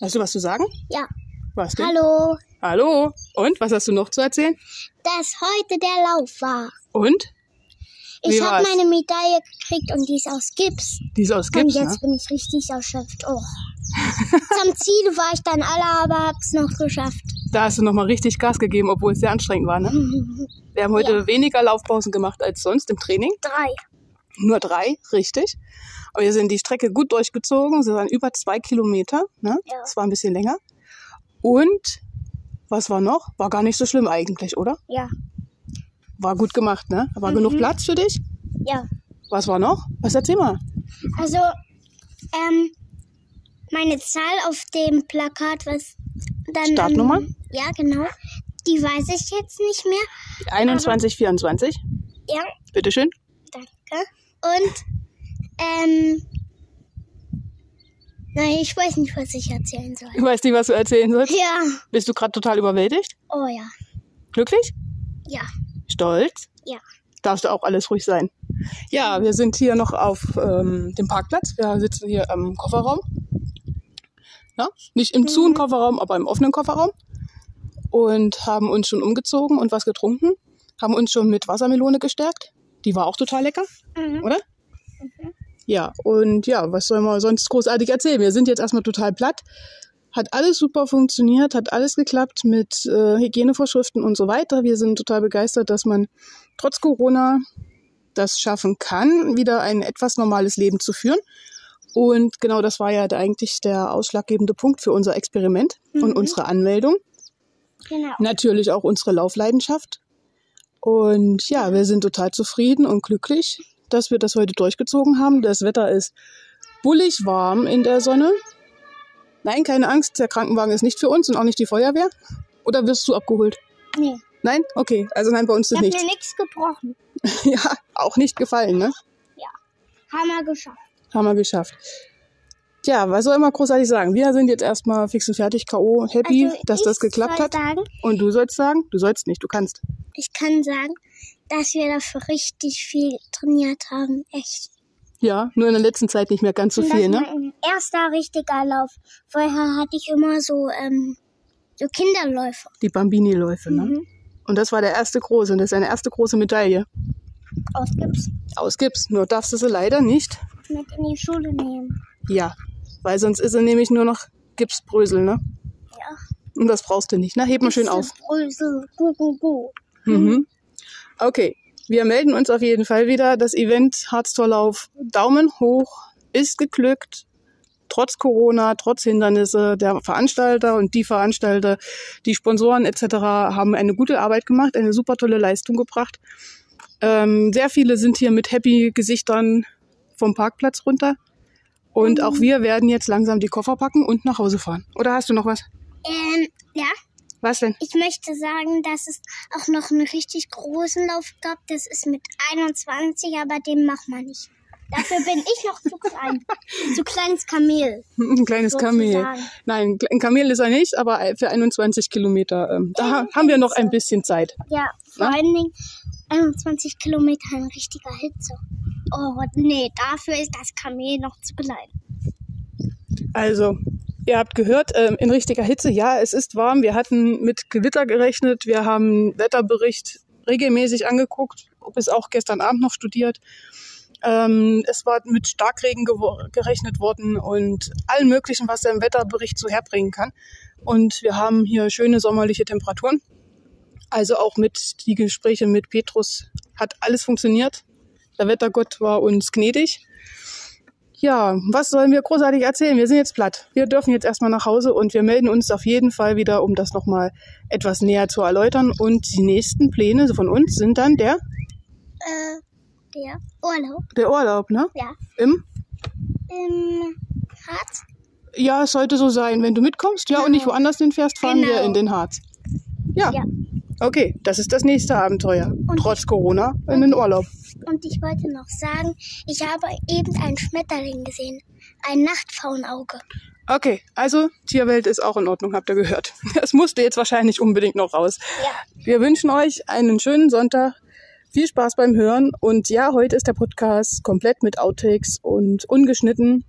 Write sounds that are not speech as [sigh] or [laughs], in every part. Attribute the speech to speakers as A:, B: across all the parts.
A: Hast du was zu sagen?
B: Ja.
A: Was denn?
B: Hallo,
A: Hallo. Und was hast du noch zu erzählen?
B: dass heute der Lauf war.
A: Und? Wie
B: Ich habe
A: war's?
B: meine Medaille gekriegt und die ist aus Gips.
A: Die ist aus
B: und
A: Gips, ne?
B: jetzt bin ich richtig erschöpft.
A: [laughs]
B: Oh. Zum Ziel war ich dann alle, aber hab's noch geschafft.
A: Da hast du nochmal richtig Gas gegeben, obwohl es sehr anstrengend war,
B: [laughs]
A: ne? Wir haben heute weniger Laufpausen gemacht als sonst im Training.
B: Drei.
A: Nur drei, richtig. Aber wir sind die Strecke gut durchgezogen. Sie waren über zwei Kilometer. Ne?
B: Ja.
A: Das war ein bisschen länger. Und was war noch? War gar nicht so schlimm eigentlich, oder?
B: Ja.
A: War gut gemacht, ne?
B: Mhm.
A: War genug Platz für dich?
B: Ja.
A: Was war noch? Was erzähl mal?
B: Also, ähm, meine Zahl auf dem Plakat, was dann.
A: Startnummer?
B: Ähm, ja, genau. Die weiß ich jetzt nicht mehr.
A: 21, 24.
B: Ja,
A: Bitteschön.
B: danke. Und, ähm. Nein, ich weiß nicht, was ich erzählen soll.
A: Ich weiß nicht, was du erzählen sollst.
B: Ja.
A: Bist du gerade total überwältigt?
B: Oh ja.
A: Glücklich?
B: Ja.
A: Stolz?
B: Ja.
A: Darfst du auch alles ruhig sein. Ja, wir sind hier noch auf ähm, dem Parkplatz. Wir sitzen hier im Kofferraum. Ja? Nicht im zu- und Kofferraum, aber im offenen Kofferraum. Und haben uns schon umgezogen und was getrunken. Haben uns schon mit Wassermelone gestärkt. Die war auch total lecker,
B: Mhm.
A: oder? Ja, und ja, was soll man sonst großartig erzählen? Wir sind jetzt erstmal total platt. Hat alles super funktioniert, hat alles geklappt mit äh, Hygienevorschriften und so weiter. Wir sind total begeistert, dass man trotz Corona das schaffen kann, wieder ein etwas normales Leben zu führen. Und genau das war ja da eigentlich der ausschlaggebende Punkt für unser Experiment und unsere Anmeldung.
B: Genau.
A: Natürlich auch unsere Laufleidenschaft. Und ja, wir sind total zufrieden und glücklich, dass wir das heute durchgezogen haben. Das Wetter ist bullig warm in der Sonne. Nein, keine Angst, der Krankenwagen ist nicht für uns und auch nicht die Feuerwehr. Oder wirst du abgeholt?
B: Nee.
A: Nein? Okay, also nein, bei uns
B: Ich
A: ist
B: habe
A: nichts.
B: mir nichts gebrochen.
A: [laughs] Ja, auch nicht gefallen, ne?
B: Haben wir geschafft.
A: Haben wir geschafft. Tja, was soll man großartig sagen? Wir sind jetzt erstmal fix und fertig, K.O. happy,
B: Also,
A: dass
B: ich
A: das geklappt
B: soll
A: hat.
B: Sagen,
A: Und du sollst sagen, du sollst nicht, du kannst.
B: ich kann sagen, dass wir dafür richtig viel trainiert haben. Echt.
A: Ja, nur in der letzten Zeit nicht mehr ganz so
B: Und
A: viel,
B: das
A: ne?
B: war ein erster richtiger Lauf. Vorher hatte ich immer so, ähm, so Kinderläufe.
A: Die Bambini-Läufe, ne?
B: Mhm.
A: Und das war der erste große, und das ist eine erste große Medaille.
B: Aus Gips
A: Aus Gips, nur darfst du sie leider nicht.
B: mit in die Schule nehmen.
A: Ja, weil sonst ist sie nämlich nur noch Gipsbrösel, ne?
B: Ja.
A: Und das brauchst du nicht, ne? Heb mal schön auf.
B: Brösel, gu, gu, gu.
A: Mhm. Okay, wir melden uns auf jeden Fall wieder. Das Event Harztorlauf Daumen hoch ist geglückt. Trotz Corona, trotz Hindernisse der Veranstalter und die Veranstalter, die Sponsoren etc. haben eine gute Arbeit gemacht, eine super tolle Leistung gebracht. Ähm, sehr viele sind hier mit happy Gesichtern vom Parkplatz runter. Und auch wir werden jetzt langsam die Koffer packen und nach Hause fahren. Oder hast du noch was?
B: Ähm, ja.
A: Was denn?
B: Ich möchte sagen, dass es auch noch einen richtig großen Lauf gab. Das ist mit 21, aber den macht man nicht. Dafür bin ich noch zu klein. zu kleines Kamel.
A: [laughs] Ein kleines Kamel.
B: Sozusagen.
A: Nein, ein Kamel ist er nicht, aber für 21 Kilometer. Ähm, da ha- haben wir noch ein bisschen Zeit.
B: Ja, vor allen Dingen 21 Kilometer in richtiger Hitze. Oh, nee, dafür ist das Kamel noch zu klein.
A: Also, ihr habt gehört, ähm, in richtiger Hitze, ja, es ist warm. Wir hatten mit Gewitter gerechnet. Wir haben einen Wetterbericht regelmäßig angeguckt, ob es auch gestern Abend noch studiert. Ähm, es war mit Starkregen gewo- gerechnet worden und allen möglichen, was der Wetterbericht so herbringen kann. Und wir haben hier schöne sommerliche Temperaturen. Also auch mit die Gespräche mit Petrus hat alles funktioniert. Der Wettergott war uns gnädig. Ja, was sollen wir großartig erzählen? Wir sind jetzt platt. Wir dürfen jetzt erstmal nach Hause und wir melden uns auf jeden Fall wieder, um das nochmal etwas näher zu erläutern. Und die nächsten Pläne von uns sind dann der,
B: Äh, der Urlaub,
A: der Urlaub, ne?
B: ja.
A: Im?
B: Im Harz.
A: Ja, es sollte so sein. Wenn du mitkommst, ja, und nicht woanders hinfährst, fahren wir
B: Genau.
A: in den Harz. Ja.
B: Ja.
A: Okay, das ist das nächste Abenteuer. Trotz Corona in den Urlaub.
B: Und ich wollte noch sagen, ich habe eben einen Schmetterling gesehen. Ein Nachtfaunauge.
A: Okay, also Tierwelt ist auch in Ordnung, habt ihr gehört. [laughs] Das musste jetzt wahrscheinlich unbedingt noch raus.
B: Ja.
A: Wir wünschen euch einen schönen Sonntag. Viel Spaß beim Hören. Und ja, heute ist der Podcast komplett mit Outtakes und ungeschnitten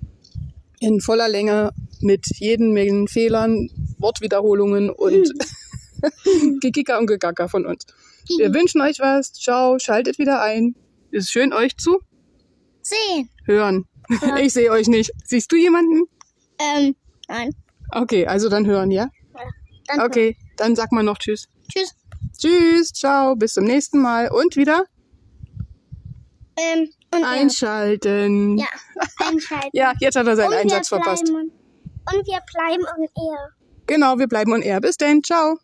A: in voller Länge mit jeden Menge Fehlern, Wortwiederholungen und Gekicker und Gegacker von uns. Wir wünschen euch was. Ciao, schaltet wieder ein. Ist schön euch zu
B: Sehen.
A: hören. [laughs] Ich sehe euch nicht. Siehst du jemanden?
B: Ähm, nein.
A: Okay, also dann hören, ja?
B: Danke.
A: Okay, dann sag mal noch Tschüss.
B: Tschüss.
A: Tschüss, ciao, bis zum nächsten Mal und wieder
B: Ähm, und
A: einschalten.
B: Ja, einschalten.
A: [laughs] Ja, jetzt hat er seinen
B: und
A: Einsatz
B: wir
A: verpasst.
B: bleiben- Und wir bleiben on air.
A: Genau, wir bleiben on air. Bis denn, ciao.